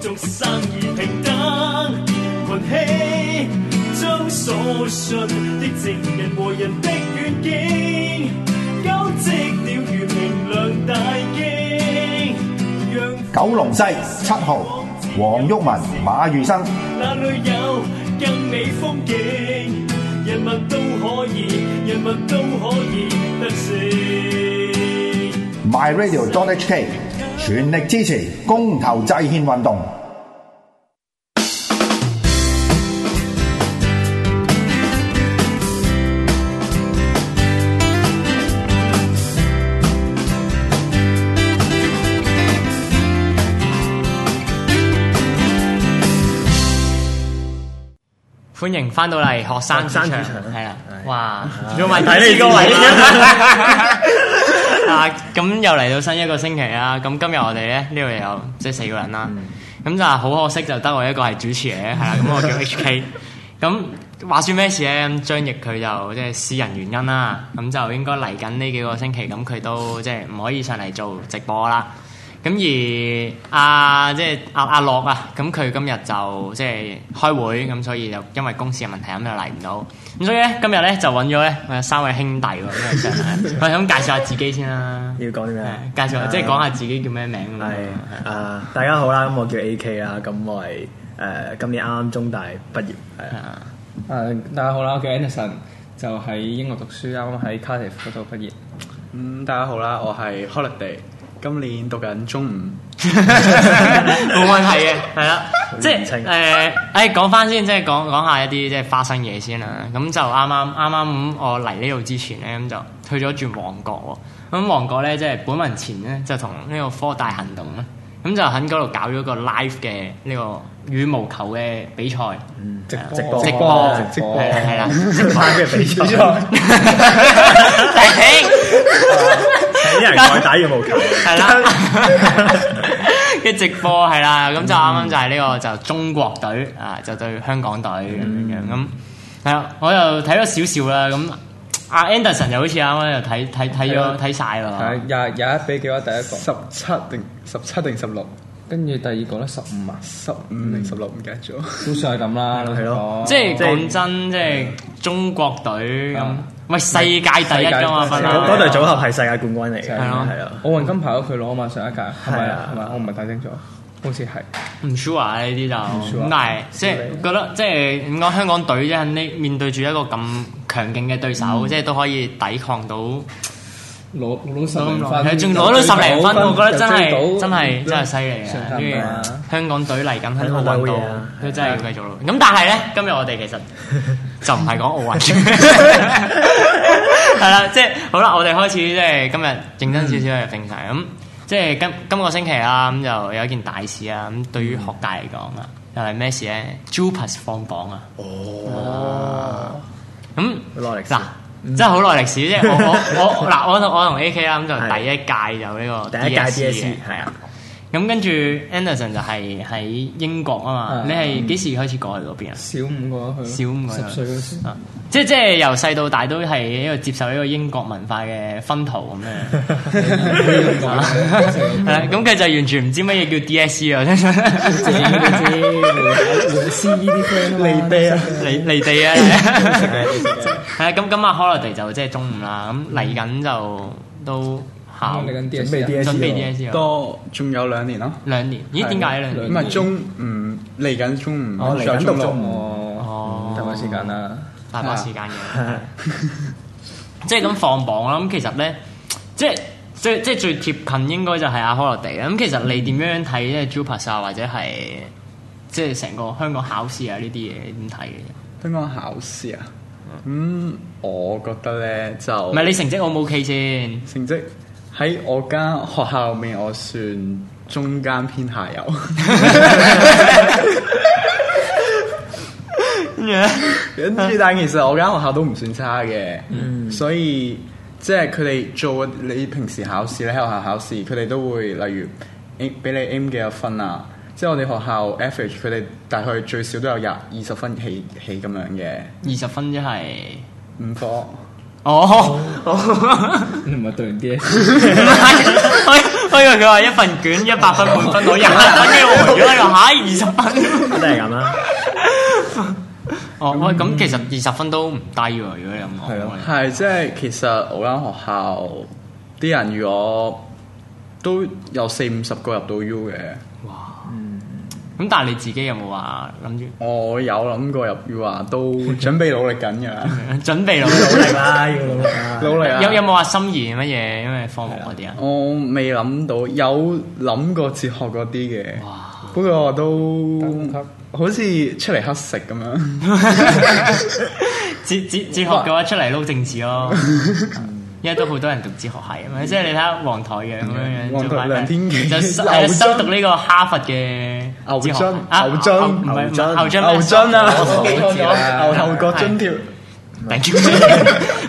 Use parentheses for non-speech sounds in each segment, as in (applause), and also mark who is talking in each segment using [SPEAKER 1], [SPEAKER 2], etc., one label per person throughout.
[SPEAKER 1] 眾生而平等，群起將所信的正人和人的願景，交織了如明亮大鏡，讓
[SPEAKER 2] 九龍西七號，黃毓民、馬如生，
[SPEAKER 1] 那裏有更美風景，人民都可以，人民都可以得勝。
[SPEAKER 2] myradio.hk 全力支持公投制憲運動。
[SPEAKER 3] 歡迎翻到嚟學生主場，
[SPEAKER 4] 學生主場
[SPEAKER 3] 係啦
[SPEAKER 4] 係，
[SPEAKER 3] 哇，仲問
[SPEAKER 4] 睇你
[SPEAKER 3] 呢個
[SPEAKER 4] 電話
[SPEAKER 3] 位 (laughs) 啊，咁又嚟到新一個星期啦，咁今日我哋咧呢度又有即係四個人啦，
[SPEAKER 4] 嗯
[SPEAKER 3] 咁就係好可惜就得我一個係主持嘅，係啦，咁我
[SPEAKER 4] (laughs)
[SPEAKER 3] 叫 HK，咁話說咩事咧？咁張譯佢就即係私人原因啦，咁就應該嚟緊呢幾個星期，咁佢都即係唔可以上嚟做直播啦。咁而阿即係阿阿樂啊，咁佢今日就即係開會，咁所以就因為公事嘅問題，咁就嚟唔到。咁所以咧，今日咧就揾咗咧我有三位兄弟喎，咁就上嚟。我想介紹下自己先啦，
[SPEAKER 4] 要講啲咩啊
[SPEAKER 3] 介紹下即係講下自己叫咩名咁樣。
[SPEAKER 4] 係啊，大家好啦，咁我叫 A.K. 啦，咁我係誒今年啱啱中大畢業，係啊
[SPEAKER 3] 啊
[SPEAKER 5] 誒、大家好啦，我叫 Anderson，就喺英國讀書，啱啱喺 Cardiff 嗰度畢業。
[SPEAKER 6] 嗯，大家好啦，我係 Holiday，今年讀緊中五，
[SPEAKER 3] 冇問題嘅，係啦，即係
[SPEAKER 4] 年青
[SPEAKER 3] 誒，誒講翻先，即係講講下一啲即係花生嘢先啦。咁就啱啱啱啱咁我嚟呢度之前咧，咁就去咗轉旺角喎。咁旺角咧，即係本文前咧，就同呢個科大行動咧，咁就喺嗰度搞咗個 live 嘅呢個羽毛球嘅比賽， (laughs)
[SPEAKER 4] (laughs) 直播
[SPEAKER 3] 直
[SPEAKER 4] 直播
[SPEAKER 3] 直播
[SPEAKER 4] 直播
[SPEAKER 3] 係啦係啦，
[SPEAKER 4] 直拍嘅比賽，啲
[SPEAKER 3] 頂
[SPEAKER 4] 人改打羽毛球，
[SPEAKER 3] 係啦， (laughs) 嘅直播係啦，咁就啱啱就係呢個就中國隊啊，就對香港隊咁樣樣
[SPEAKER 5] 嗯
[SPEAKER 3] 咁係啦，我又睇咗少少啦，咁阿 Anderson 又好似啱啱又睇睇睇
[SPEAKER 5] 係啊
[SPEAKER 3] 咗睇晒
[SPEAKER 5] 係
[SPEAKER 3] 咯，
[SPEAKER 5] 廿廿一比幾啊？第一個，
[SPEAKER 6] 十七定十七定十六，
[SPEAKER 5] 跟住第二個咧十五啊，
[SPEAKER 6] 十五定十六唔記得咗。
[SPEAKER 5] 都算係咁啦，老實
[SPEAKER 4] 係咯
[SPEAKER 5] 講
[SPEAKER 3] 即係
[SPEAKER 4] 即係
[SPEAKER 3] 講真，即係中國隊咁
[SPEAKER 5] 啊，
[SPEAKER 3] 喂世界第一㗎嘛，
[SPEAKER 5] 世界
[SPEAKER 3] 分
[SPEAKER 5] 係
[SPEAKER 3] 啊
[SPEAKER 4] 嗰
[SPEAKER 5] 啊
[SPEAKER 4] 嗰隊組合係世界冠軍嚟嘅，
[SPEAKER 5] 係
[SPEAKER 3] 咯
[SPEAKER 4] 係啊，
[SPEAKER 5] 嗯奧運金牌都佢攞啊嘛，上一屆係咪啊
[SPEAKER 4] 係啊
[SPEAKER 5] 係咪啊？我唔係太清楚，好似係。
[SPEAKER 3] 唔 sure 啊呢啲就咁
[SPEAKER 5] sure，
[SPEAKER 3] 但係即係覺得即係點講香港隊即係呢面對住一個咁強勁嘅對手，
[SPEAKER 5] 嗯
[SPEAKER 3] 即係都可以抵抗到。
[SPEAKER 5] 攞攞到十
[SPEAKER 3] 咁
[SPEAKER 5] 零
[SPEAKER 3] 耐係
[SPEAKER 5] 分，
[SPEAKER 3] 仲攞到十零分，我覺得真係真係真係
[SPEAKER 5] 係
[SPEAKER 3] 犀利
[SPEAKER 5] 上
[SPEAKER 3] 啊！
[SPEAKER 5] 級
[SPEAKER 3] 跟
[SPEAKER 5] 啊
[SPEAKER 3] 住香港隊嚟緊喺
[SPEAKER 4] 香
[SPEAKER 3] 奧
[SPEAKER 4] 港
[SPEAKER 3] 運
[SPEAKER 4] 隊
[SPEAKER 3] 度
[SPEAKER 4] 好嘢啊
[SPEAKER 3] 都真係要繼續努力。咁但係咧，今日我哋 (laughs) 其實就唔係講奧運， (laughs) 係啦，即係好啦，我哋開始即係今日認真少少嘅正常咁。即係今今個星期啦，咁就有一件大事啊！咁對於學界嚟講啊，又係咩事咧？JUPAS 放榜啊！
[SPEAKER 4] 哦，
[SPEAKER 3] 咁
[SPEAKER 4] 好耐歷史
[SPEAKER 3] 嗱，真係好耐歷史，即
[SPEAKER 4] (laughs)
[SPEAKER 3] 係我我我嗱，我同我同 A K 啦，咁就第一屆就呢個
[SPEAKER 4] 第一屆 E
[SPEAKER 3] DSE
[SPEAKER 4] DSE
[SPEAKER 3] 嘅係啊。咁跟住 Anderson 就係喺英國啊嘛，
[SPEAKER 5] 嗯
[SPEAKER 3] 你係幾時開始過去嗰邊啊？
[SPEAKER 5] 小五個去，
[SPEAKER 3] 小五個
[SPEAKER 5] 十歲嗰時。
[SPEAKER 3] 啊即即係由細到大都係一個接受一個英國文化嘅薰陶咁樣，係啦 (laughs) 係啦咁佢就完全唔知乜嘢叫 DSE 啊！真
[SPEAKER 4] (laughs)
[SPEAKER 3] 係
[SPEAKER 5] 師姨啲 friend 啊嘛
[SPEAKER 4] 離地啊，
[SPEAKER 3] 離離地 (laughs) 啊！ (laughs) 係啊，咁咁啊，holiday 就即係中午啦。咁嚟緊就都考
[SPEAKER 5] 嗯嚟緊 D E 啊
[SPEAKER 4] 準備 DSE
[SPEAKER 3] 準備 E DSE 咯，
[SPEAKER 6] 多仲有兩年咯，
[SPEAKER 3] 啊兩年。咦？點解兩
[SPEAKER 6] 唔
[SPEAKER 3] 年？
[SPEAKER 6] 係中五嚟緊中五，
[SPEAKER 4] 我嚟緊讀中五，
[SPEAKER 5] 哦，
[SPEAKER 3] 哦，
[SPEAKER 5] 大把時間啦，
[SPEAKER 3] 大把時間嘅。 (laughs) 即係咁放榜啦。咁其實咧，即係最即係最貼近應該就係阿 holiday 啦。咁其實你點樣睇
[SPEAKER 6] 嗯
[SPEAKER 3] 即係 JUPAS 啊，或者係即係成個香港考試啊呢啲嘢點睇嘅？
[SPEAKER 6] 香港考試啊。咁我覺得咧就
[SPEAKER 3] 唔係你成績 O 唔 OK 先？
[SPEAKER 6] 成績喺我間學校入面，我算中間偏下游。跟住，但係其實我間學校都唔算差嘅，
[SPEAKER 3] 嗯
[SPEAKER 6] 所以即係佢哋做你平時考試咧，喺學校考試，佢哋都會例如 aim 俾你 aim 幾多分啊。即係我哋學校 average，佢哋大概最少都有廿二十分起起咁樣嘅
[SPEAKER 3] 二十分即係
[SPEAKER 6] 五科。
[SPEAKER 3] 哦。
[SPEAKER 5] 你 (laughs) 唔係讀完 DSE
[SPEAKER 3] 唔係我我以為佢話一份卷一百分滿分攞廿分，跟住我呆咗喺度下二十分。
[SPEAKER 4] 都係咁啦。
[SPEAKER 3] 哦，喂，咁其實二十分都唔低喎，如果你咁講。係咯
[SPEAKER 6] 係啊即係其實我間學校啲人如果都有四五十個入到 U 嘅，
[SPEAKER 3] 咁但係你自己有冇話諗住
[SPEAKER 6] 我有諗過入 U 啊，都準備努力緊㗎啦，
[SPEAKER 3] 準備落
[SPEAKER 4] 努力啦，要努力啦。
[SPEAKER 6] 努力啊！
[SPEAKER 3] 有有冇話心儀乜嘢因為科目嗰啲啊？
[SPEAKER 6] 我未諗到，有諗過哲學嗰啲嘅，不過我都好似出嚟乞食咁
[SPEAKER 3] (laughs) 哲
[SPEAKER 6] 樣。
[SPEAKER 3] 哲哲學嘅話出嚟撈政治
[SPEAKER 6] (laughs)
[SPEAKER 3] 咯，因為都好多人讀哲學系啊嘛，即係你睇下黃台嘅咁樣樣，
[SPEAKER 6] 嗯黃台梁天琦 (laughs)
[SPEAKER 3] 就修
[SPEAKER 6] 牛
[SPEAKER 3] 係啊
[SPEAKER 6] 津
[SPEAKER 3] 修讀呢個哈佛嘅
[SPEAKER 6] 牛津
[SPEAKER 3] 哲學啊
[SPEAKER 6] 牛津
[SPEAKER 3] 唔係唔係牛津咩
[SPEAKER 6] (laughs) 牛津啊
[SPEAKER 3] (laughs) 我記錯咗
[SPEAKER 6] 牛頭角津貼，
[SPEAKER 3] 頂住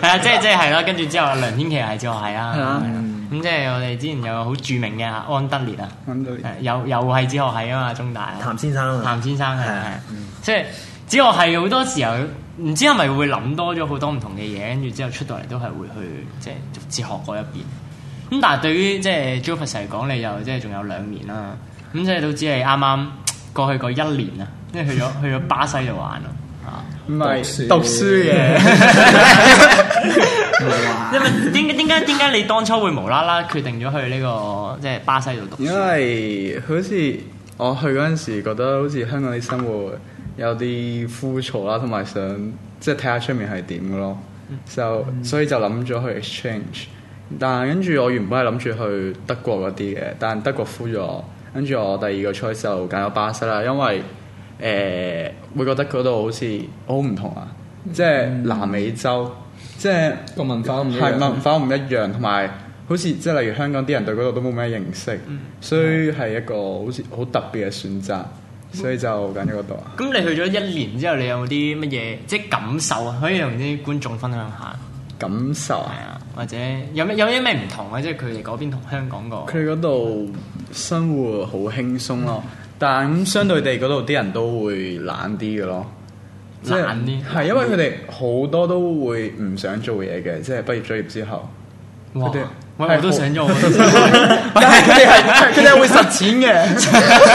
[SPEAKER 3] (laughs) 係啊，即係即係係啦，跟住之後梁天琦係哲學系啦，係
[SPEAKER 6] 啊
[SPEAKER 3] 啦咁即係我哋之前有個好著名嘅安德烈啊，
[SPEAKER 6] 安德烈
[SPEAKER 3] 誒又又係哲學系啊嘛，中大啊
[SPEAKER 4] 譚先生啊
[SPEAKER 3] 譚，先生係
[SPEAKER 4] 係啊
[SPEAKER 3] 係，即係只我係好多時候唔知係咪會諗多咗好多唔同嘅嘢，跟住之後出到嚟都係會去即係讀哲學嗰一邊。咁但係對於即係 j o p i s 嚟講，你又即係仲有兩年啦。咁即係都只係啱啱過去嗰一年啊，即係去咗去咗巴西度玩咯。啊
[SPEAKER 6] 唔係讀書嘅。
[SPEAKER 3] (laughs) 因為點解點解點解你當初會無啦啦決定咗去呢個即係巴西度讀
[SPEAKER 6] 因
[SPEAKER 3] 書？
[SPEAKER 6] 為好似我去嗰陣時，覺得好似香港啲生活有啲枯燥啦，同埋想即係睇下出面係點嘅咯，
[SPEAKER 3] 嗯
[SPEAKER 6] 就、所以就諗咗去 exchange。但係跟住我原本係諗住去德國嗰啲嘅，但德國敷咗我，跟住我第二個 choice 就揀咗巴西啦，因為誒、呃、會覺得嗰度好似好唔同啊，即
[SPEAKER 3] 嗯
[SPEAKER 6] 係南美洲，即係。
[SPEAKER 5] 個文化唔一
[SPEAKER 6] 係文
[SPEAKER 5] 樣。
[SPEAKER 6] 化唔一樣，同埋好似即係例如香港啲人對嗰度都冇咩認識，
[SPEAKER 5] 嗯
[SPEAKER 6] 所以係一個好似好特別嘅選擇，所以就揀咗嗰度啊。
[SPEAKER 3] 咁你去咗一年之後，你有冇啲乜嘢即係感受啊？可以同啲觀眾分享下。
[SPEAKER 6] 感受啊
[SPEAKER 3] 係啊，或者有咩有啲咩唔同啊？即係佢哋嗰邊同香港個
[SPEAKER 6] 佢哋嗰度生活好輕鬆咯，但相對地嗰度啲人都會懶啲嘅咯。即係
[SPEAKER 3] 懶啲
[SPEAKER 6] 係因為佢哋好多都會唔想做嘢嘅，即係畢業咗業之後，
[SPEAKER 3] 哇
[SPEAKER 6] 佢哋，
[SPEAKER 3] 我
[SPEAKER 6] 係
[SPEAKER 3] 我都
[SPEAKER 6] 好
[SPEAKER 3] 想做
[SPEAKER 6] (laughs)
[SPEAKER 3] 啊，
[SPEAKER 6] 但係佢哋
[SPEAKER 4] (laughs)
[SPEAKER 6] 係佢哋係會實踐嘅。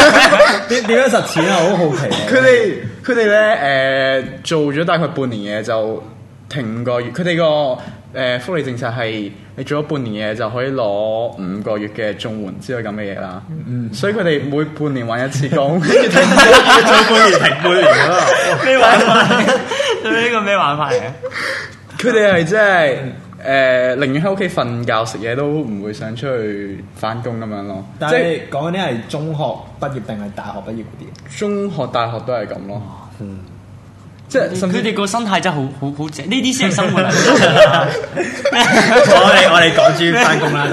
[SPEAKER 4] 點點樣實踐啊？我好好奇啊。
[SPEAKER 6] 佢哋佢哋咧誒做咗大概半年嘢就停五個月，佢哋個誒福利政策係你做咗半年嘢就可以攞五個月嘅綜援之類咁嘅嘢啦。
[SPEAKER 4] 嗯
[SPEAKER 6] 所以佢哋每半年揾一次
[SPEAKER 4] (laughs)
[SPEAKER 6] 工， (laughs) 跟住停
[SPEAKER 4] 半年停半年啦，
[SPEAKER 3] 咩玩法？呢個咩玩法嚟啊？
[SPEAKER 6] 佢哋係真係誒寧願喺屋企瞓覺食嘢都唔會想出去翻工咁樣咯。即
[SPEAKER 4] 但係
[SPEAKER 6] 係
[SPEAKER 4] 你講嗰啲係中學畢業定係大學畢業嗰啲？
[SPEAKER 6] 中學、大學都係咁咯。即係甚
[SPEAKER 3] 佢
[SPEAKER 6] 至
[SPEAKER 3] 哋個心態真係好好好正，呢啲先係生活啊嚟
[SPEAKER 6] (laughs)
[SPEAKER 3] (laughs) 㗎。
[SPEAKER 4] (laughs) 我哋我哋講住翻工啦，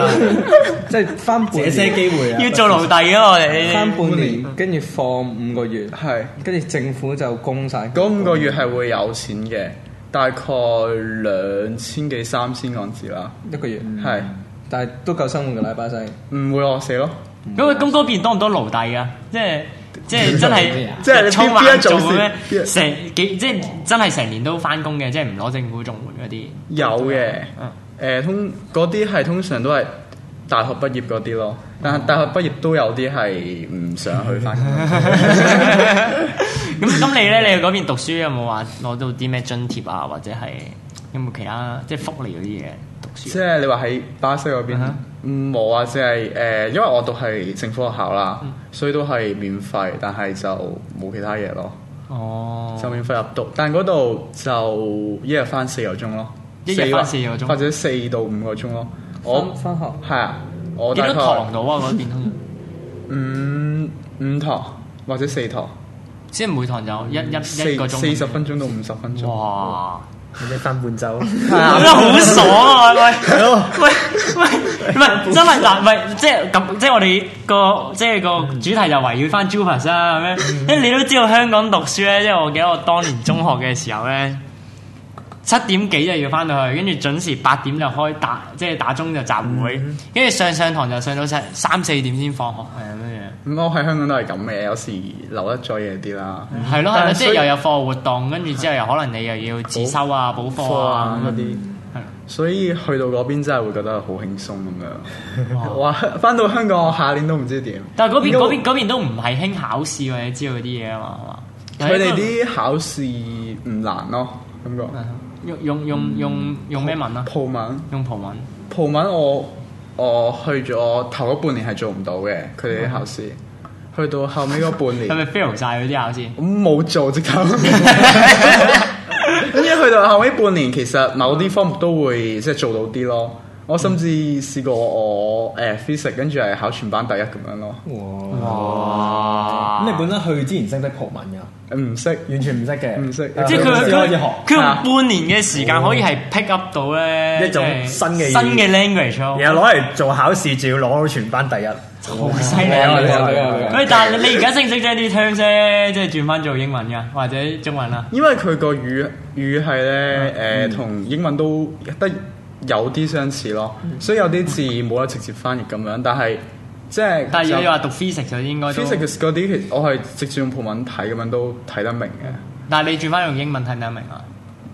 [SPEAKER 6] (laughs)
[SPEAKER 5] 即係翻半
[SPEAKER 4] 這些
[SPEAKER 5] 年，
[SPEAKER 4] 機會啊，
[SPEAKER 3] 要做奴隸啊！我
[SPEAKER 5] 翻
[SPEAKER 3] 哋
[SPEAKER 5] 半年，跟住放五個月，
[SPEAKER 6] 係。
[SPEAKER 5] 跟住政府就供晒。
[SPEAKER 6] 嗰五個月係會有錢嘅，大概兩千幾三千港紙啦，
[SPEAKER 5] 一個月，
[SPEAKER 6] 係
[SPEAKER 5] 但係都夠生活㗎啦，巴西。 (laughs)
[SPEAKER 6] 唔會餓死咯。
[SPEAKER 3] 嗯咁咁嗰邊多唔多奴隸啊？即係即
[SPEAKER 6] (laughs)
[SPEAKER 3] 係真係
[SPEAKER 6] 即係你邊
[SPEAKER 3] 充晚做
[SPEAKER 6] 邊一種
[SPEAKER 3] 嘅咩？
[SPEAKER 6] 先
[SPEAKER 3] 成幾即係真係成年都翻工嘅，即係唔攞政府綜援嗰
[SPEAKER 6] (laughs)
[SPEAKER 3] 啲。
[SPEAKER 6] 有嘅，誒、通嗰啲係通常都係大學畢業嗰啲咯，但係大學畢業都有啲係唔想去翻工。
[SPEAKER 3] 咁咁你咧，你去嗰邊讀書有冇話攞到啲咩津貼啊，或者係有冇其他即係福利嗰啲嘢讀
[SPEAKER 6] 即
[SPEAKER 3] 書？
[SPEAKER 6] 係你話喺巴西嗰邊
[SPEAKER 3] 嗯，
[SPEAKER 6] 嗯冇啊，即係誒，因為我讀係政府學校啦，所以都係免費，但係就冇其他嘢咯，
[SPEAKER 3] 哦，
[SPEAKER 6] 就免費入讀。但嗰度就一日翻四個鐘咯，
[SPEAKER 3] 一日返
[SPEAKER 6] 四
[SPEAKER 3] 四個鐘
[SPEAKER 6] 或者四到五個鐘咯。我
[SPEAKER 5] 翻翻學
[SPEAKER 6] 係啊，我
[SPEAKER 3] 幾
[SPEAKER 6] 大
[SPEAKER 3] 多堂
[SPEAKER 6] 概
[SPEAKER 3] 到啊？嗰邊通常
[SPEAKER 6] 五五堂或者四堂，
[SPEAKER 3] 即係每堂就一一
[SPEAKER 6] 四
[SPEAKER 3] 一個鐘。
[SPEAKER 6] 四十分鐘到五十分鐘。
[SPEAKER 3] 哇！
[SPEAKER 4] 你翻半周，
[SPEAKER 3] 我覺得好爽啊！喂喂喂，唔係真係嗱，喂即係咁，即係我哋個即係個主題就圍繞翻 Jupas 啦咁
[SPEAKER 6] 嗯
[SPEAKER 3] 樣。因為你都知道香港讀書咧，即係我記得我當年中學嘅時候咧，七點幾就要翻到去，跟住準時八點就開打，即係打鐘就集會，
[SPEAKER 6] 嗯
[SPEAKER 3] 跟住上上堂就上到三三四點先放學，係咁樣樣。
[SPEAKER 6] 咁我喺香港都係咁嘅，有時留得再夜啲啦。
[SPEAKER 3] 係咯係
[SPEAKER 6] 嗯
[SPEAKER 3] 咯，
[SPEAKER 6] 但係
[SPEAKER 3] 即係
[SPEAKER 6] 所以
[SPEAKER 3] 又有課外活動，跟住之後又可能你又要自修啊、補課
[SPEAKER 6] 課
[SPEAKER 3] 啊
[SPEAKER 6] 啊
[SPEAKER 3] 咁
[SPEAKER 6] 嗰
[SPEAKER 3] 樣。
[SPEAKER 6] 啲，
[SPEAKER 3] 係
[SPEAKER 6] 所以去到嗰邊真係會覺得好輕鬆咁樣。 (laughs) 哇！翻到香港，我下年都唔知點。
[SPEAKER 3] 但係嗰邊嗰邊嗰邊都唔係興考試或者之類嗰啲嘢啊嘛，係嘛？
[SPEAKER 6] 佢哋啲考試唔難咯，感覺。
[SPEAKER 3] 嗯用用用用用咩文啊？
[SPEAKER 4] 嗯
[SPEAKER 6] 葡文，
[SPEAKER 3] 用葡文。
[SPEAKER 6] 葡文我我去咗頭嗰半年係做唔到嘅，佢哋啲考試。去到後尾嗰半年
[SPEAKER 3] 係。咪 fail 晒嗰啲考試？
[SPEAKER 6] 咁冇做
[SPEAKER 3] (laughs)
[SPEAKER 6] 直頭。跟住去到後尾半年，其實某啲科目都會即係做到啲咯。我甚至試過我誒、physics，跟住係考全班第一咁樣咯。
[SPEAKER 4] 咁
[SPEAKER 3] 哇！
[SPEAKER 4] 你本身去之前識唔識葡文㗎？
[SPEAKER 6] 唔識
[SPEAKER 4] 完全唔識嘅，
[SPEAKER 6] 唔識
[SPEAKER 4] 啊
[SPEAKER 3] 即係
[SPEAKER 4] 去到
[SPEAKER 3] 佢
[SPEAKER 4] 先開
[SPEAKER 3] 佢
[SPEAKER 4] 始學。啊哦
[SPEAKER 3] 佢用半年嘅時間可以係 pick up 到咧
[SPEAKER 4] 一種
[SPEAKER 3] 即係
[SPEAKER 4] 新嘅
[SPEAKER 3] 新
[SPEAKER 4] 語
[SPEAKER 3] 嘅 language 咯，
[SPEAKER 4] 然後攞嚟做考試，仲要攞到全班第一。
[SPEAKER 3] 好犀利
[SPEAKER 4] 係
[SPEAKER 3] 啊！
[SPEAKER 4] 啊係啊係啊係啊
[SPEAKER 3] 喂，但係你而家識唔識將啲 terms 咧，即係轉翻做英文㗎，或者中文啊？
[SPEAKER 6] 因為佢個語語係
[SPEAKER 3] 嗯
[SPEAKER 6] 咧呃誒，同、英文都得有啲相似咯，
[SPEAKER 3] 嗯
[SPEAKER 6] 所以有啲字冇得直接翻譯咁樣，但係即係
[SPEAKER 3] 但係如果
[SPEAKER 6] 就
[SPEAKER 3] 你話讀 physics 就應該都，
[SPEAKER 6] physics 嗰啲，其實我係直接用葡文睇咁樣都睇得明嘅。
[SPEAKER 3] 但係你轉翻用英文睇唔睇得明啊？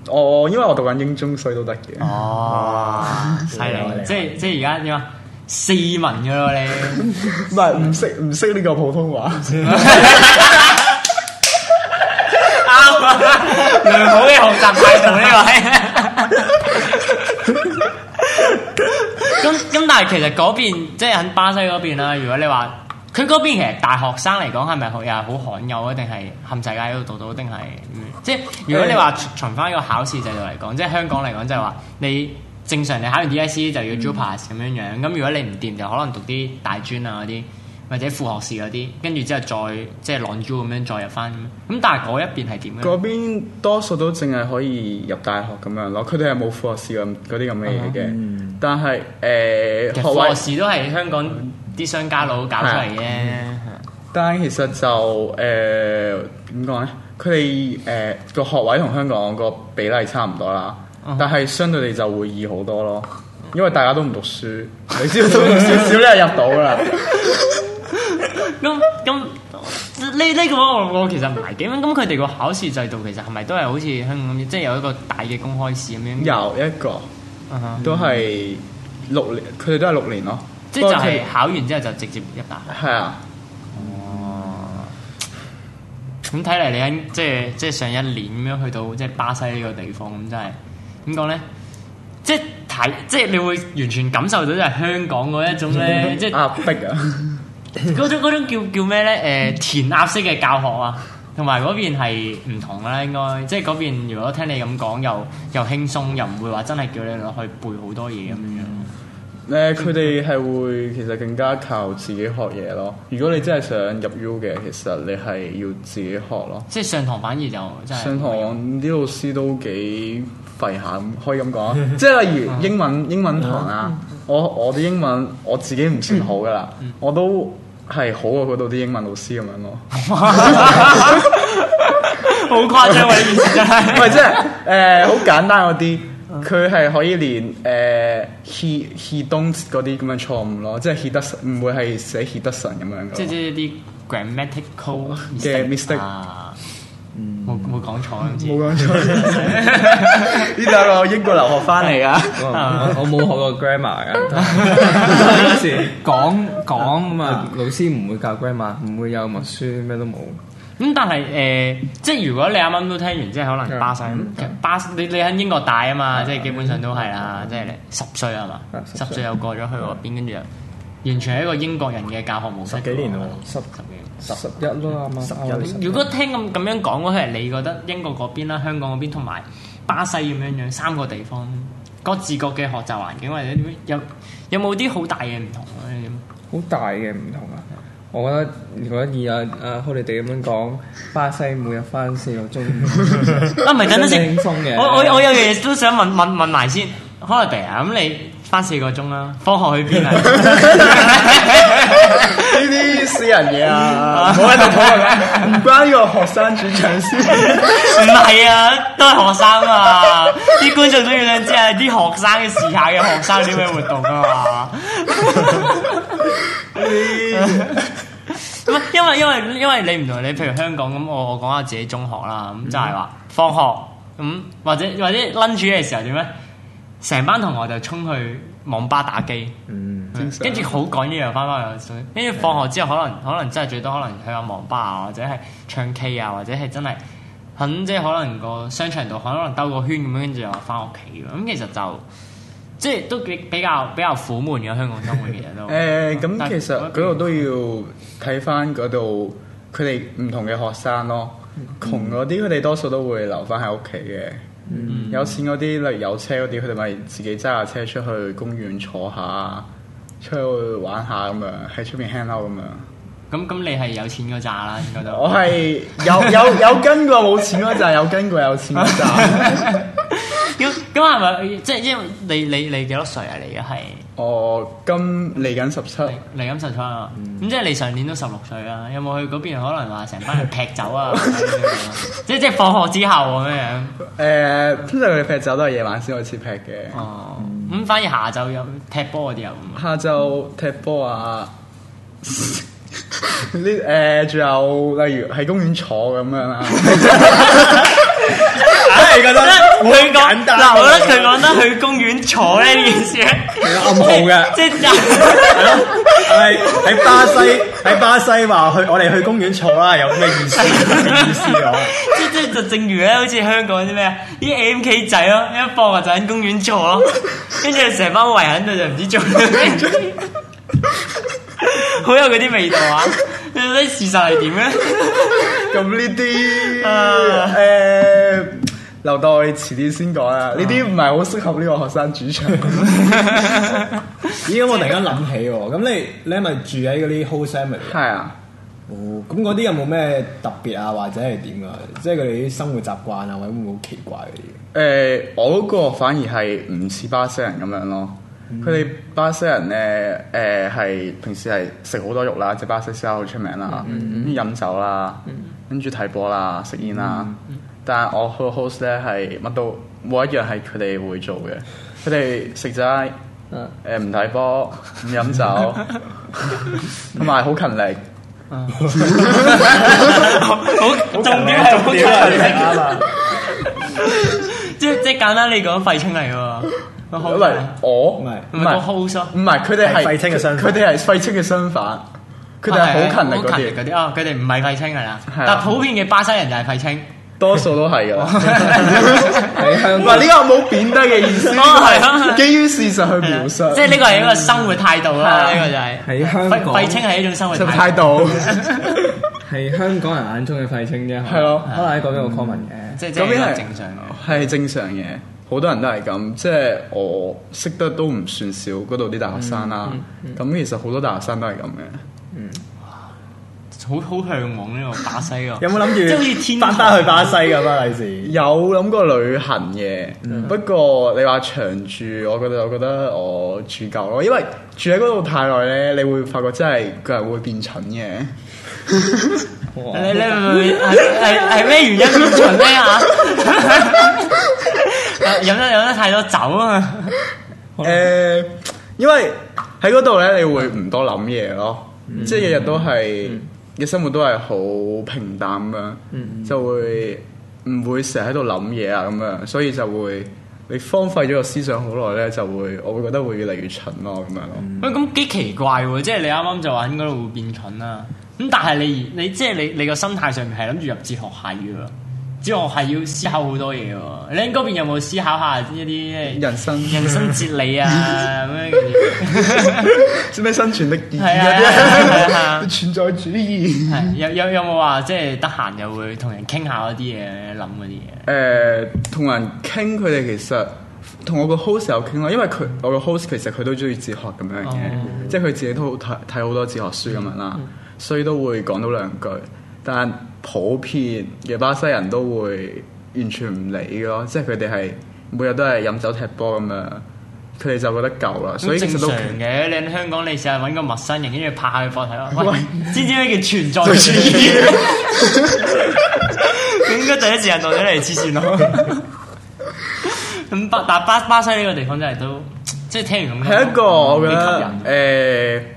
[SPEAKER 6] 我因為我讀緊英中，所以都得嘅。
[SPEAKER 3] 哦，犀
[SPEAKER 4] 厲害
[SPEAKER 3] 利！即係即係而家點啊？四文㗎咯你，
[SPEAKER 6] 唔係唔識唔識呢個普通話。
[SPEAKER 3] 啊良好嘅學習態度呢位。咁咁，但係其實嗰邊即係喺巴西嗰邊啦。如果你話佢嗰邊其實大學生嚟講係咪好又係好罕有啊？定係冚世界嗰度到定係嗯即係如果你話循翻個考試制度嚟講，即係香港嚟講就係話你正常你考完 DSE 就要 JUPAS 咁樣樣。咁如果你唔掂就可能讀啲大專啊嗰啲。或者副學士嗰啲，跟住之後再即係 long U 咁樣再入翻咁，咁但係嗰一邊係點嘅咧？
[SPEAKER 6] 嗰邊多數都淨係可以入大學咁樣咯，佢哋係冇副學士咁嗰啲咁嘅嘢嘅。
[SPEAKER 3] 嗯
[SPEAKER 6] 但呃係誒、
[SPEAKER 3] 其實
[SPEAKER 6] 學
[SPEAKER 3] 課
[SPEAKER 6] 位，
[SPEAKER 3] 時都係香港啲商家佬搞出嚟嘅，
[SPEAKER 6] 但係啊其實就誒點講咧？佢哋誒個學位同香港個比例差唔多啦，
[SPEAKER 3] 啊
[SPEAKER 6] 但係相對地就會易好多咯。因為大家都唔讀書，你只要讀 (laughs) 少少咧入到啦。
[SPEAKER 3] 咁咁呢呢個我我其實唔係幾明。咁佢哋個考試制度其實係咪都係好似香港咁，即係有一個大嘅公開試咁樣？
[SPEAKER 6] 有一個
[SPEAKER 3] 嗯哼，
[SPEAKER 6] 都係六年，佢哋都係六年咯。
[SPEAKER 3] 即係就
[SPEAKER 6] 不過佢
[SPEAKER 3] 係考完之後就直接入大學。
[SPEAKER 6] 係啊。
[SPEAKER 3] 咁睇嚟你喺即係即係上一年咁樣去到即係巴西呢個地方，咁真係點講咧？即係睇，即係你會完全感受到即係香港嗰一種
[SPEAKER 6] (laughs)
[SPEAKER 3] 咧，即係
[SPEAKER 6] 壓迫啊！ (laughs)
[SPEAKER 3] 嗰種嗰種叫叫咩咧？誒、填鴨式嘅教學啊，同埋嗰邊係唔同啦，應該即係嗰邊如果聽你咁講，又又輕鬆，又唔會話真係叫你落去背好多嘢咁樣。
[SPEAKER 6] 嗯誒，佢哋係會其實更加靠自己學嘢咯。如果你真係想入 U 嘅，其實你係要自己學咯。
[SPEAKER 3] 即係上堂反而就真係
[SPEAKER 6] 上堂啲老師都幾廢下，可以咁
[SPEAKER 3] (laughs)
[SPEAKER 6] 講啊。即係例如英文英文堂啊，
[SPEAKER 3] 嗯
[SPEAKER 6] 我我啲英文我自己唔算好噶啦，我都係好過嗰度啲英文老師咁樣
[SPEAKER 3] (laughs)
[SPEAKER 6] 咯。
[SPEAKER 3] 好誇張喎！呢件事
[SPEAKER 6] (laughs)
[SPEAKER 3] 真
[SPEAKER 6] 唔
[SPEAKER 3] 係
[SPEAKER 6] 係即係誒好簡單嗰啲，
[SPEAKER 3] 嗯
[SPEAKER 6] 佢係可以連誒、he he don't 嗰啲咁樣錯誤咯，即係 he 得唔會係寫 he 得神咁樣
[SPEAKER 3] 即係
[SPEAKER 6] 嘅。
[SPEAKER 3] 即係啲 grammatical
[SPEAKER 6] 嘅嗯 mistake
[SPEAKER 3] 啊，冇冇講錯啊唔知
[SPEAKER 6] 冇講錯，呢度
[SPEAKER 4] 哦
[SPEAKER 6] 係我英國留學翻嚟啊！
[SPEAKER 5] 我我冇學過 grammar 嘅，當時講講咁啊，老師唔會教 grammar，唔會有默書，咩都冇。
[SPEAKER 3] 咁但係誒、呃即係如果你啱啱都聽完，即係可能巴西咁，其實巴西你你喺英國大啊嘛，即係基本上都係啦，即係你十歲係嘛，
[SPEAKER 5] 啊
[SPEAKER 3] 十
[SPEAKER 5] 十歲
[SPEAKER 3] 歲又過咗去嗰邊，跟住又完全係一個英國人嘅教學模式。
[SPEAKER 4] 十幾年咯
[SPEAKER 3] 十十
[SPEAKER 5] 十一咯，啱啱
[SPEAKER 4] 十
[SPEAKER 3] 幾年。如果聽咁咁樣講嗰係你覺得英國嗰邊啦、香港嗰邊同埋巴西咁樣樣三個地方各自各嘅學習環境或者點樣有有冇啲好大嘅唔同啊咧？
[SPEAKER 5] 好大嘅唔同啊！我覺得如果以阿阿 Holiday 咁樣講，巴西每日翻四個鐘，
[SPEAKER 3] 啊，唔係等等先
[SPEAKER 5] 真係輕鬆，嘅
[SPEAKER 3] 我我我有樣嘢都想問問問埋先，holiday 啊，咁你翻四個鐘啦，放學去邊啊？
[SPEAKER 6] 呢啲私人嘢
[SPEAKER 4] (laughs)
[SPEAKER 6] 啊，唔好喺度討論啦，
[SPEAKER 4] 啊
[SPEAKER 6] 唔關呢個學生主場先。
[SPEAKER 3] 唔係啊，都係學生啊，啲觀眾都要想知係啲學生嘅時下嘅學生有啲咩活動啊嘛。唔係啊因為因為因為你唔同你，譬如香港咁，我我講下自己中學啦，咁就係話放學咁或者或者 lunch 嘅時候點咧？成班同學就衝去網吧打機，
[SPEAKER 6] 嗯正常嗯
[SPEAKER 3] 跟住好趕一樣翻返去，跟住放學之後可能可能真係最多可能去下網吧啊，或者係唱 K 啊，或者係真係肯即係可能個商場度可能兜個圈咁樣，跟住又翻屋企咁，其實就即係都比比較比較苦悶嘅香港生活其實都。
[SPEAKER 6] 誒咁
[SPEAKER 3] 但
[SPEAKER 6] 其實嗰度都要睇翻嗰度佢哋唔同嘅學生咯，窮嗰啲佢哋多數都會留翻喺屋企嘅。有錢嗰啲，例如有車嗰啲，佢哋咪自己揸下車出去公園坐下，出去玩下咁樣，喺出面 hang out 咁樣。
[SPEAKER 3] 咁咁你係有錢嗰扎啦，應該都。
[SPEAKER 6] 我係有有有跟過冇錢嗰陣，有跟過有錢嗰 (laughs) 陣。
[SPEAKER 3] (laughs) 咁咁係咪即係因為你你你幾多歲啊？你而家係
[SPEAKER 6] 我今哦嚟緊十七，
[SPEAKER 3] 你咁十七啊？咁即係你上年都十六歲啦。有冇去嗰邊可能話成班人劈酒啊？即係即係放學之後咁樣樣。
[SPEAKER 6] 誒通常佢哋劈酒都係夜晚先開始劈嘅。
[SPEAKER 3] 哦，咁反而下晝有踢波嗰啲又唔
[SPEAKER 6] (laughs) 下晝踢波啊，呢 (laughs) 誒仲有例如喺公園坐咁樣啊啦，
[SPEAKER 3] 係覺得佢講嗱，我覺得佢講得去公園坐咧呢件事咧，
[SPEAKER 4] 暗號嘅。
[SPEAKER 3] 即係
[SPEAKER 4] 係喺巴西，喺巴西話去我哋去公園坐啦，有咩意思？咩
[SPEAKER 3] (laughs)
[SPEAKER 4] 意思啊？
[SPEAKER 3] 即即就正如咧，好似香港啲咩啊啲 M K 仔咯，一放學就喺公園坐
[SPEAKER 6] (laughs)
[SPEAKER 3] 咯，跟住成班圍喺度就唔知做咩，好有嗰啲味道啊！你覺得事實係
[SPEAKER 6] (laughs)
[SPEAKER 3] 點咧？
[SPEAKER 6] 咁呢啲
[SPEAKER 3] 啊
[SPEAKER 6] 誒留待遲啲先講啦，呢啲唔係好適合呢個學生主場。
[SPEAKER 4] 咦，咁我突然間諗起喎，咁你你係咪住喺嗰啲 host family？
[SPEAKER 6] 係啊，
[SPEAKER 4] 哦，咁嗰啲有冇咩特別啊，或者係點啊？即係佢哋啲生活習慣啊，或者會唔會好奇怪嗰啲？
[SPEAKER 6] 誒呃我嗰個反而係唔似巴西人咁樣咯。佢哋巴西人咧，誒係平時係食好多肉啦，即係巴西燒好出名啦，跟住飲酒啦，跟住睇波啦，食煙啦。但係我個 host 咧係乜都冇一樣係佢哋會做嘅，佢哋食齋，誒唔睇波，唔飲酒，同埋好勤力。
[SPEAKER 3] 好重
[SPEAKER 6] 啊
[SPEAKER 3] 點係好強即即簡單你講廢青嚟喎，好
[SPEAKER 6] 因為我
[SPEAKER 4] 唔係
[SPEAKER 3] 唔係個 host 咯
[SPEAKER 6] 唔係，佢哋係
[SPEAKER 4] 係廢青嘅相反
[SPEAKER 6] 佢哋係廢青嘅相反，佢哋係好勤力嗰
[SPEAKER 3] 哦啊好
[SPEAKER 6] 啲，
[SPEAKER 3] 嗰啲啊！佢哋唔係廢青噶啦，
[SPEAKER 6] 係啊
[SPEAKER 3] 但普遍嘅巴西人就係
[SPEAKER 6] (laughs)
[SPEAKER 3] 廢青。哦
[SPEAKER 6] 多數都係噶。
[SPEAKER 5] 喺
[SPEAKER 6] 唔
[SPEAKER 5] 香港
[SPEAKER 4] (laughs)
[SPEAKER 6] 係呢個冇貶低嘅意 (laughs) 思，
[SPEAKER 3] 哦係啊
[SPEAKER 6] 基於事實去描述，
[SPEAKER 3] 即係呢個係一個生活態度啦，
[SPEAKER 6] 係
[SPEAKER 3] 呢個就係
[SPEAKER 5] 喺香港
[SPEAKER 3] 廢廢青係一種生活
[SPEAKER 6] 就
[SPEAKER 3] 態
[SPEAKER 6] 態
[SPEAKER 3] 度， (laughs)
[SPEAKER 6] 度。
[SPEAKER 5] 係香港人眼中嘅廢青啫，啊
[SPEAKER 6] 係咯
[SPEAKER 5] 可能喺嗰邊好 common 嘅。
[SPEAKER 3] 即係即
[SPEAKER 6] 嗰邊
[SPEAKER 3] 係
[SPEAKER 6] 係
[SPEAKER 3] 正常嘅。
[SPEAKER 6] 係正常嘅，好多人都係咁。即係我識得都唔算少嗰度啲大學生啦。
[SPEAKER 3] 嗯
[SPEAKER 6] 咁其實好多大學生都係咁嘅。
[SPEAKER 3] 好好向往呢個巴西喎。
[SPEAKER 4] (laughs) 有冇
[SPEAKER 3] 即係好似
[SPEAKER 4] 諗
[SPEAKER 3] 天
[SPEAKER 4] 住翻返去巴西咁啊？第
[SPEAKER 3] (laughs)
[SPEAKER 4] 時
[SPEAKER 6] 有諗過旅行嘅，
[SPEAKER 3] 嗯
[SPEAKER 6] 不過你話長住，我覺得我覺得我住夠咯，因為住喺嗰度太耐咧，你會發覺真係個人會變蠢嘅。
[SPEAKER 3] 你你你係係係咩原因變蠢咧嚇？ (laughs) 飲得飲得太多酒啊！
[SPEAKER 6] 誒、因為喺嗰度咧，你會唔多諗嘢咯，
[SPEAKER 3] 嗯
[SPEAKER 6] 即係日日都係嘅生活都係好平淡咁樣，
[SPEAKER 3] 嗯
[SPEAKER 6] 就會唔會成日喺度諗嘢啊咁樣，所以就會你荒廢咗個思想好耐咧，就會我會覺得會越嚟越蠢咯咁樣咯。
[SPEAKER 3] 喂，咁幾奇怪喎！即係你啱啱就話應該會變蠢啦。咁但係你你即係你你個心態上面係諗住入哲學系嘅喎，哲學係要思考好多嘢喎。你喺嗰邊有冇思考下一啲
[SPEAKER 6] 人生
[SPEAKER 3] 人生哲理
[SPEAKER 6] (laughs)
[SPEAKER 3] 啊咁樣嘅嘢？
[SPEAKER 6] 咩生存的意義
[SPEAKER 3] 係啊
[SPEAKER 6] 嗰
[SPEAKER 3] 係啊係啊
[SPEAKER 6] 啲 (laughs) 存在主義。
[SPEAKER 3] 係有有有冇話即係得閒又會同人傾下嗰啲嘢，諗嗰啲嘢？
[SPEAKER 6] 誒同人傾，佢哋其實同我個 host 有傾咯，因為佢我個 host 其實佢都中意哲學咁樣嘅，
[SPEAKER 3] 哦
[SPEAKER 6] 即係佢自己都好睇睇好多哲學書咁樣啦，
[SPEAKER 3] 嗯
[SPEAKER 6] 所以都會講到兩句。但普遍嘅巴西人都會完全唔理嘅咯，即係佢哋係每日都係飲酒踢波咁樣，佢哋就覺得夠啦，所以
[SPEAKER 3] 咁
[SPEAKER 6] 其
[SPEAKER 3] 正常
[SPEAKER 6] 實都。
[SPEAKER 3] 嘅，你喺香港你成日揾個陌生人，跟住拍下佢膊
[SPEAKER 6] (laughs)
[SPEAKER 3] 頭，喂，知唔知咩叫存在主
[SPEAKER 6] 存在主
[SPEAKER 3] 義？ (laughs) 佢應該第一時間當咗你係黐線咯。 (laughs) 咁巴但巴巴西呢個地方真係都，即係聽完咁
[SPEAKER 6] 係一個我覺
[SPEAKER 3] 幾吸
[SPEAKER 6] 得
[SPEAKER 3] 引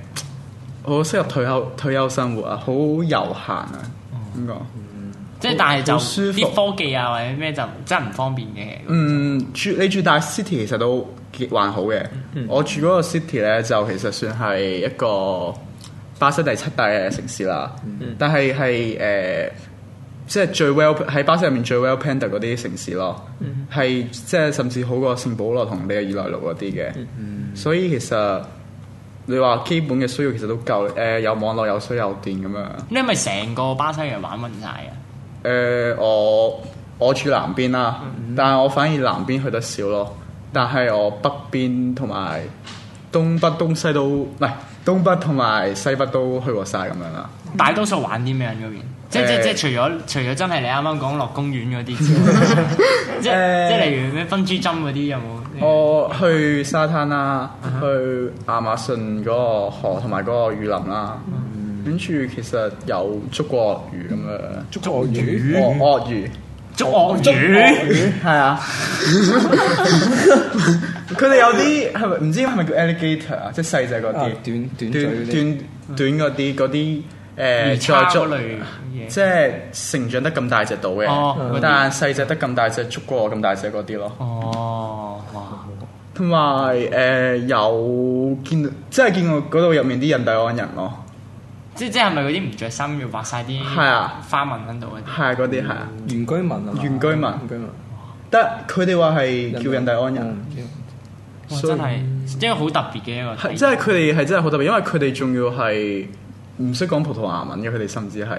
[SPEAKER 6] 誒、好適合退休退休生活啊，好悠閒啊，點講？
[SPEAKER 3] 即係但係就
[SPEAKER 6] 好舒服
[SPEAKER 3] 啲科技啊或者咩就真係唔方便嘅。
[SPEAKER 6] 嗯，住你住大 city 其實都幾還好嘅。我住嗰個 city 咧，就其實算係一個巴西第七大嘅城市啦。但係係誒，即係最 well 喺巴西入面最 well planned 嗰啲城市咯，係即係甚至好過聖保羅同你嘅熱內盧嗰啲嘅。所以其實你話基本嘅需要其實都夠誒、有網絡有水有電咁樣。
[SPEAKER 3] 你係咪成個巴西人玩暈晒啊？
[SPEAKER 6] 誒、呃我我住南邊啦，但係我反而南邊去得少咯。但係我北邊同埋東北、東西都唔係東北同埋西北都去過晒咁樣啦。
[SPEAKER 3] 大多數玩啲咩啊人嗰邊？即即
[SPEAKER 6] 誒
[SPEAKER 3] 即除咗除咗真係你啱啱講落公園嗰啲之
[SPEAKER 6] (laughs)
[SPEAKER 3] 外，即即例如咩分珠針嗰啲有
[SPEAKER 6] 嗯
[SPEAKER 3] 冇？
[SPEAKER 6] 我去沙灘啦，去亞馬遜嗰個河同埋嗰個雨林啦。跟住其實有捉過鱷魚咁樣，捉
[SPEAKER 5] 捉魚
[SPEAKER 6] 鱷鱷魚
[SPEAKER 3] 捉鱷魚，
[SPEAKER 6] 係啊， (laughs) 佢哋有啲係咪唔知係咪叫 alligator 啊，即係細隻嗰
[SPEAKER 5] 啊
[SPEAKER 6] 啲。
[SPEAKER 5] 短短嘴嗰
[SPEAKER 6] 短
[SPEAKER 5] 啲，
[SPEAKER 6] 短短嗰啲嗰啲
[SPEAKER 3] 魚
[SPEAKER 6] 誒
[SPEAKER 3] 叉
[SPEAKER 6] 呃再
[SPEAKER 3] 嗰
[SPEAKER 6] 捉，
[SPEAKER 3] 類嘢。
[SPEAKER 6] 即係成長得咁大隻到嘅，
[SPEAKER 3] 哦
[SPEAKER 6] 但細隻得咁大隻，捉過我咁大隻嗰啲咯。
[SPEAKER 3] 哦，哇！
[SPEAKER 6] 同埋誒有見到，即係見過嗰度入面啲印第安人咯，
[SPEAKER 3] 即即係咪嗰啲唔着衫要畫晒啲
[SPEAKER 6] 係啊
[SPEAKER 3] 花紋喺度嗰啲？
[SPEAKER 6] 係嗰啲係啊，
[SPEAKER 5] 原居民啊嘛，
[SPEAKER 6] 原居民
[SPEAKER 5] 原居民
[SPEAKER 6] 得佢哋話係叫印第安人。
[SPEAKER 5] 嗯
[SPEAKER 3] 哇！
[SPEAKER 6] 所以
[SPEAKER 3] 真係即係好特別嘅一個
[SPEAKER 6] 係，
[SPEAKER 3] 體驗。
[SPEAKER 6] 即係佢哋係真係好特別，因為佢哋仲要係唔識講葡萄牙文嘅，佢哋甚至係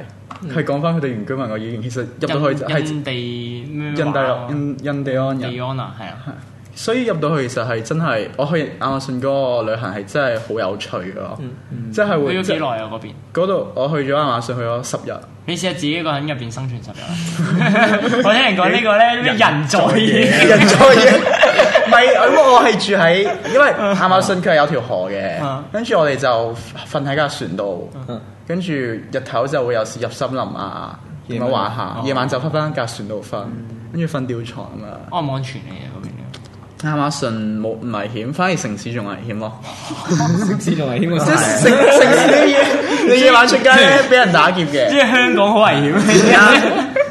[SPEAKER 6] 係講翻佢哋原居民嘅語言。其實入到去就係
[SPEAKER 3] 印印地咩
[SPEAKER 6] 印
[SPEAKER 3] 話
[SPEAKER 6] 第
[SPEAKER 3] 啊
[SPEAKER 6] 印印第安人
[SPEAKER 3] 地。安啊，係啊，
[SPEAKER 6] 所以入到去其實係真係，我去亞馬遜嗰個旅行係真係好有趣噶，
[SPEAKER 5] 嗯
[SPEAKER 6] 即係
[SPEAKER 3] 去
[SPEAKER 6] 會
[SPEAKER 3] 咗幾
[SPEAKER 6] 即
[SPEAKER 3] 耐啊嗰邊？
[SPEAKER 6] 嗰度我去咗亞馬遜去咗十日，
[SPEAKER 3] 你試下自己一個人入邊生存十日
[SPEAKER 6] (laughs)
[SPEAKER 3] 啊。我聽人講呢個咧咩人在野，
[SPEAKER 6] 人在嘢，唔係因為我係住喺，因 (laughs) 為亞馬遜佢係有條河嘅
[SPEAKER 3] 嗯，
[SPEAKER 6] 跟住我哋就瞓喺架船度，跟住日頭就會有時入森林啊，咁樣玩下，夜晚就嗯翻返架船度瞓，跟住瞓吊床啊咁樣。
[SPEAKER 3] 安唔安哦全嚟嘅嗰邊？
[SPEAKER 6] 亞馬遜冇唔危險，反而城市仲危險咯。
[SPEAKER 5] 食肆仲危險過
[SPEAKER 6] 即係
[SPEAKER 5] 晒
[SPEAKER 6] 城城 (laughs) 市你夜你夜晚出街咧，俾人打劫嘅
[SPEAKER 3] 即。係香港好危
[SPEAKER 6] (laughs)
[SPEAKER 3] 險。
[SPEAKER 4] 咩啊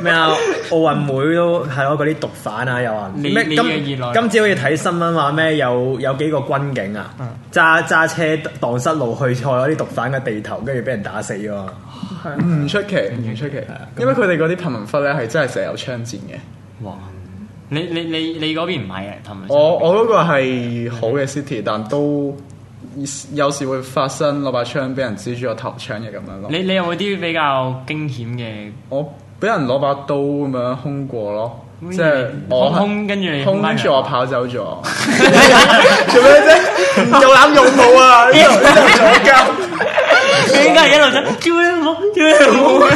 [SPEAKER 4] 咩啊奧運會都係咯，嗰啲毒販啊又話
[SPEAKER 3] 你
[SPEAKER 4] 咩
[SPEAKER 3] 你
[SPEAKER 4] 今
[SPEAKER 3] 嘅熱內
[SPEAKER 4] 今朝好似睇新聞話咩有有幾個軍警啊
[SPEAKER 3] 嗯
[SPEAKER 4] 揸揸車蕩失路去錯咗啲毒販嘅地頭，跟住俾人打死喎。
[SPEAKER 6] 唔出奇，啊唔出奇，因為佢哋嗰啲貧民窟咧係真係成日有槍戰嘅。
[SPEAKER 3] 哇！你你你你嗰邊唔係啊？同埋
[SPEAKER 6] 我我嗰個係好嘅 city，但都有時會發生攞把槍俾人指住個頭槍嘅咁樣咯。
[SPEAKER 3] 你你有冇啲比較驚險嘅？
[SPEAKER 6] 我俾人攞把刀咁樣空過咯，即係我
[SPEAKER 3] 空空跟住你
[SPEAKER 6] 空
[SPEAKER 3] 翻
[SPEAKER 6] 跟
[SPEAKER 3] 嚟
[SPEAKER 6] 住我跑走
[SPEAKER 3] (laughs)
[SPEAKER 6] 咗。做咩啫？唔夠膽用武啊！呢度呢度左交。
[SPEAKER 3] 你應該係一路走，叫你好，叫你好，啊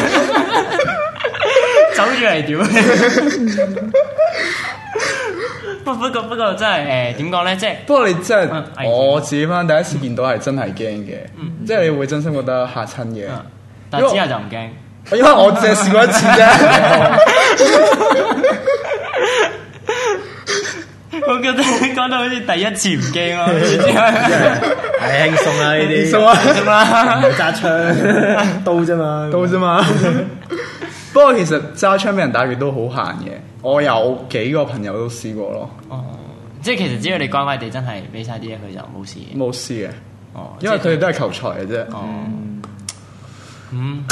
[SPEAKER 3] (laughs) 走住嚟屌你！ (laughs) 不不過不過真係誒點講咧，即係
[SPEAKER 6] 不過你真
[SPEAKER 3] 嗯危
[SPEAKER 6] 係
[SPEAKER 3] 險嗯
[SPEAKER 6] 我自己翻第一次見到係真係驚嘅，即係你會真心覺得嚇親嘅。
[SPEAKER 3] 啊但之後就唔驚。
[SPEAKER 6] 因為我只係試過一
[SPEAKER 3] (laughs)
[SPEAKER 6] 次啫，
[SPEAKER 3] 我覺得你講到好似第一次唔驚咯， (laughs) 之後
[SPEAKER 4] 係輕鬆啊呢
[SPEAKER 3] (laughs)
[SPEAKER 4] 啲，
[SPEAKER 6] 鬆啊
[SPEAKER 3] 啫嘛。
[SPEAKER 4] 唔係揸
[SPEAKER 3] (laughs)
[SPEAKER 4] 槍刀啫嘛，
[SPEAKER 6] 到啫嘛。不過其實揸槍俾人打劫都好閒嘅，我有幾個朋友都試過咯，
[SPEAKER 3] 哦，即係其實只要你乖乖地真係俾晒啲嘢佢就冇事。
[SPEAKER 6] 冇試嘅，
[SPEAKER 3] 哦，
[SPEAKER 6] 因為
[SPEAKER 3] 即
[SPEAKER 6] 佢
[SPEAKER 3] 係
[SPEAKER 6] 哋都係求財嘅啫。
[SPEAKER 3] 哦，嗯，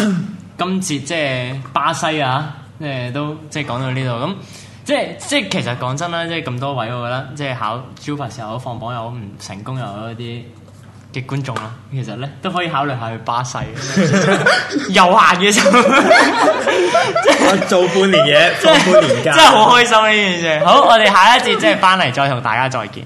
[SPEAKER 3] 今次即係巴西啊，即係都即係講到呢度咁。即係即係其實講真啦，即係咁多位，我覺得即係考 JUPAS 又好，放榜又好，唔成功又好嗰啲嘅觀眾啦，其實咧都可以考慮下去巴西， (laughs) 有閒嘅時
[SPEAKER 4] (laughs)
[SPEAKER 3] 候。
[SPEAKER 4] 我做半年嘢，放半年
[SPEAKER 3] (laughs)
[SPEAKER 4] 假，
[SPEAKER 3] 真係好開心呢件事。好，我哋下一節即係翻嚟再同大家再見。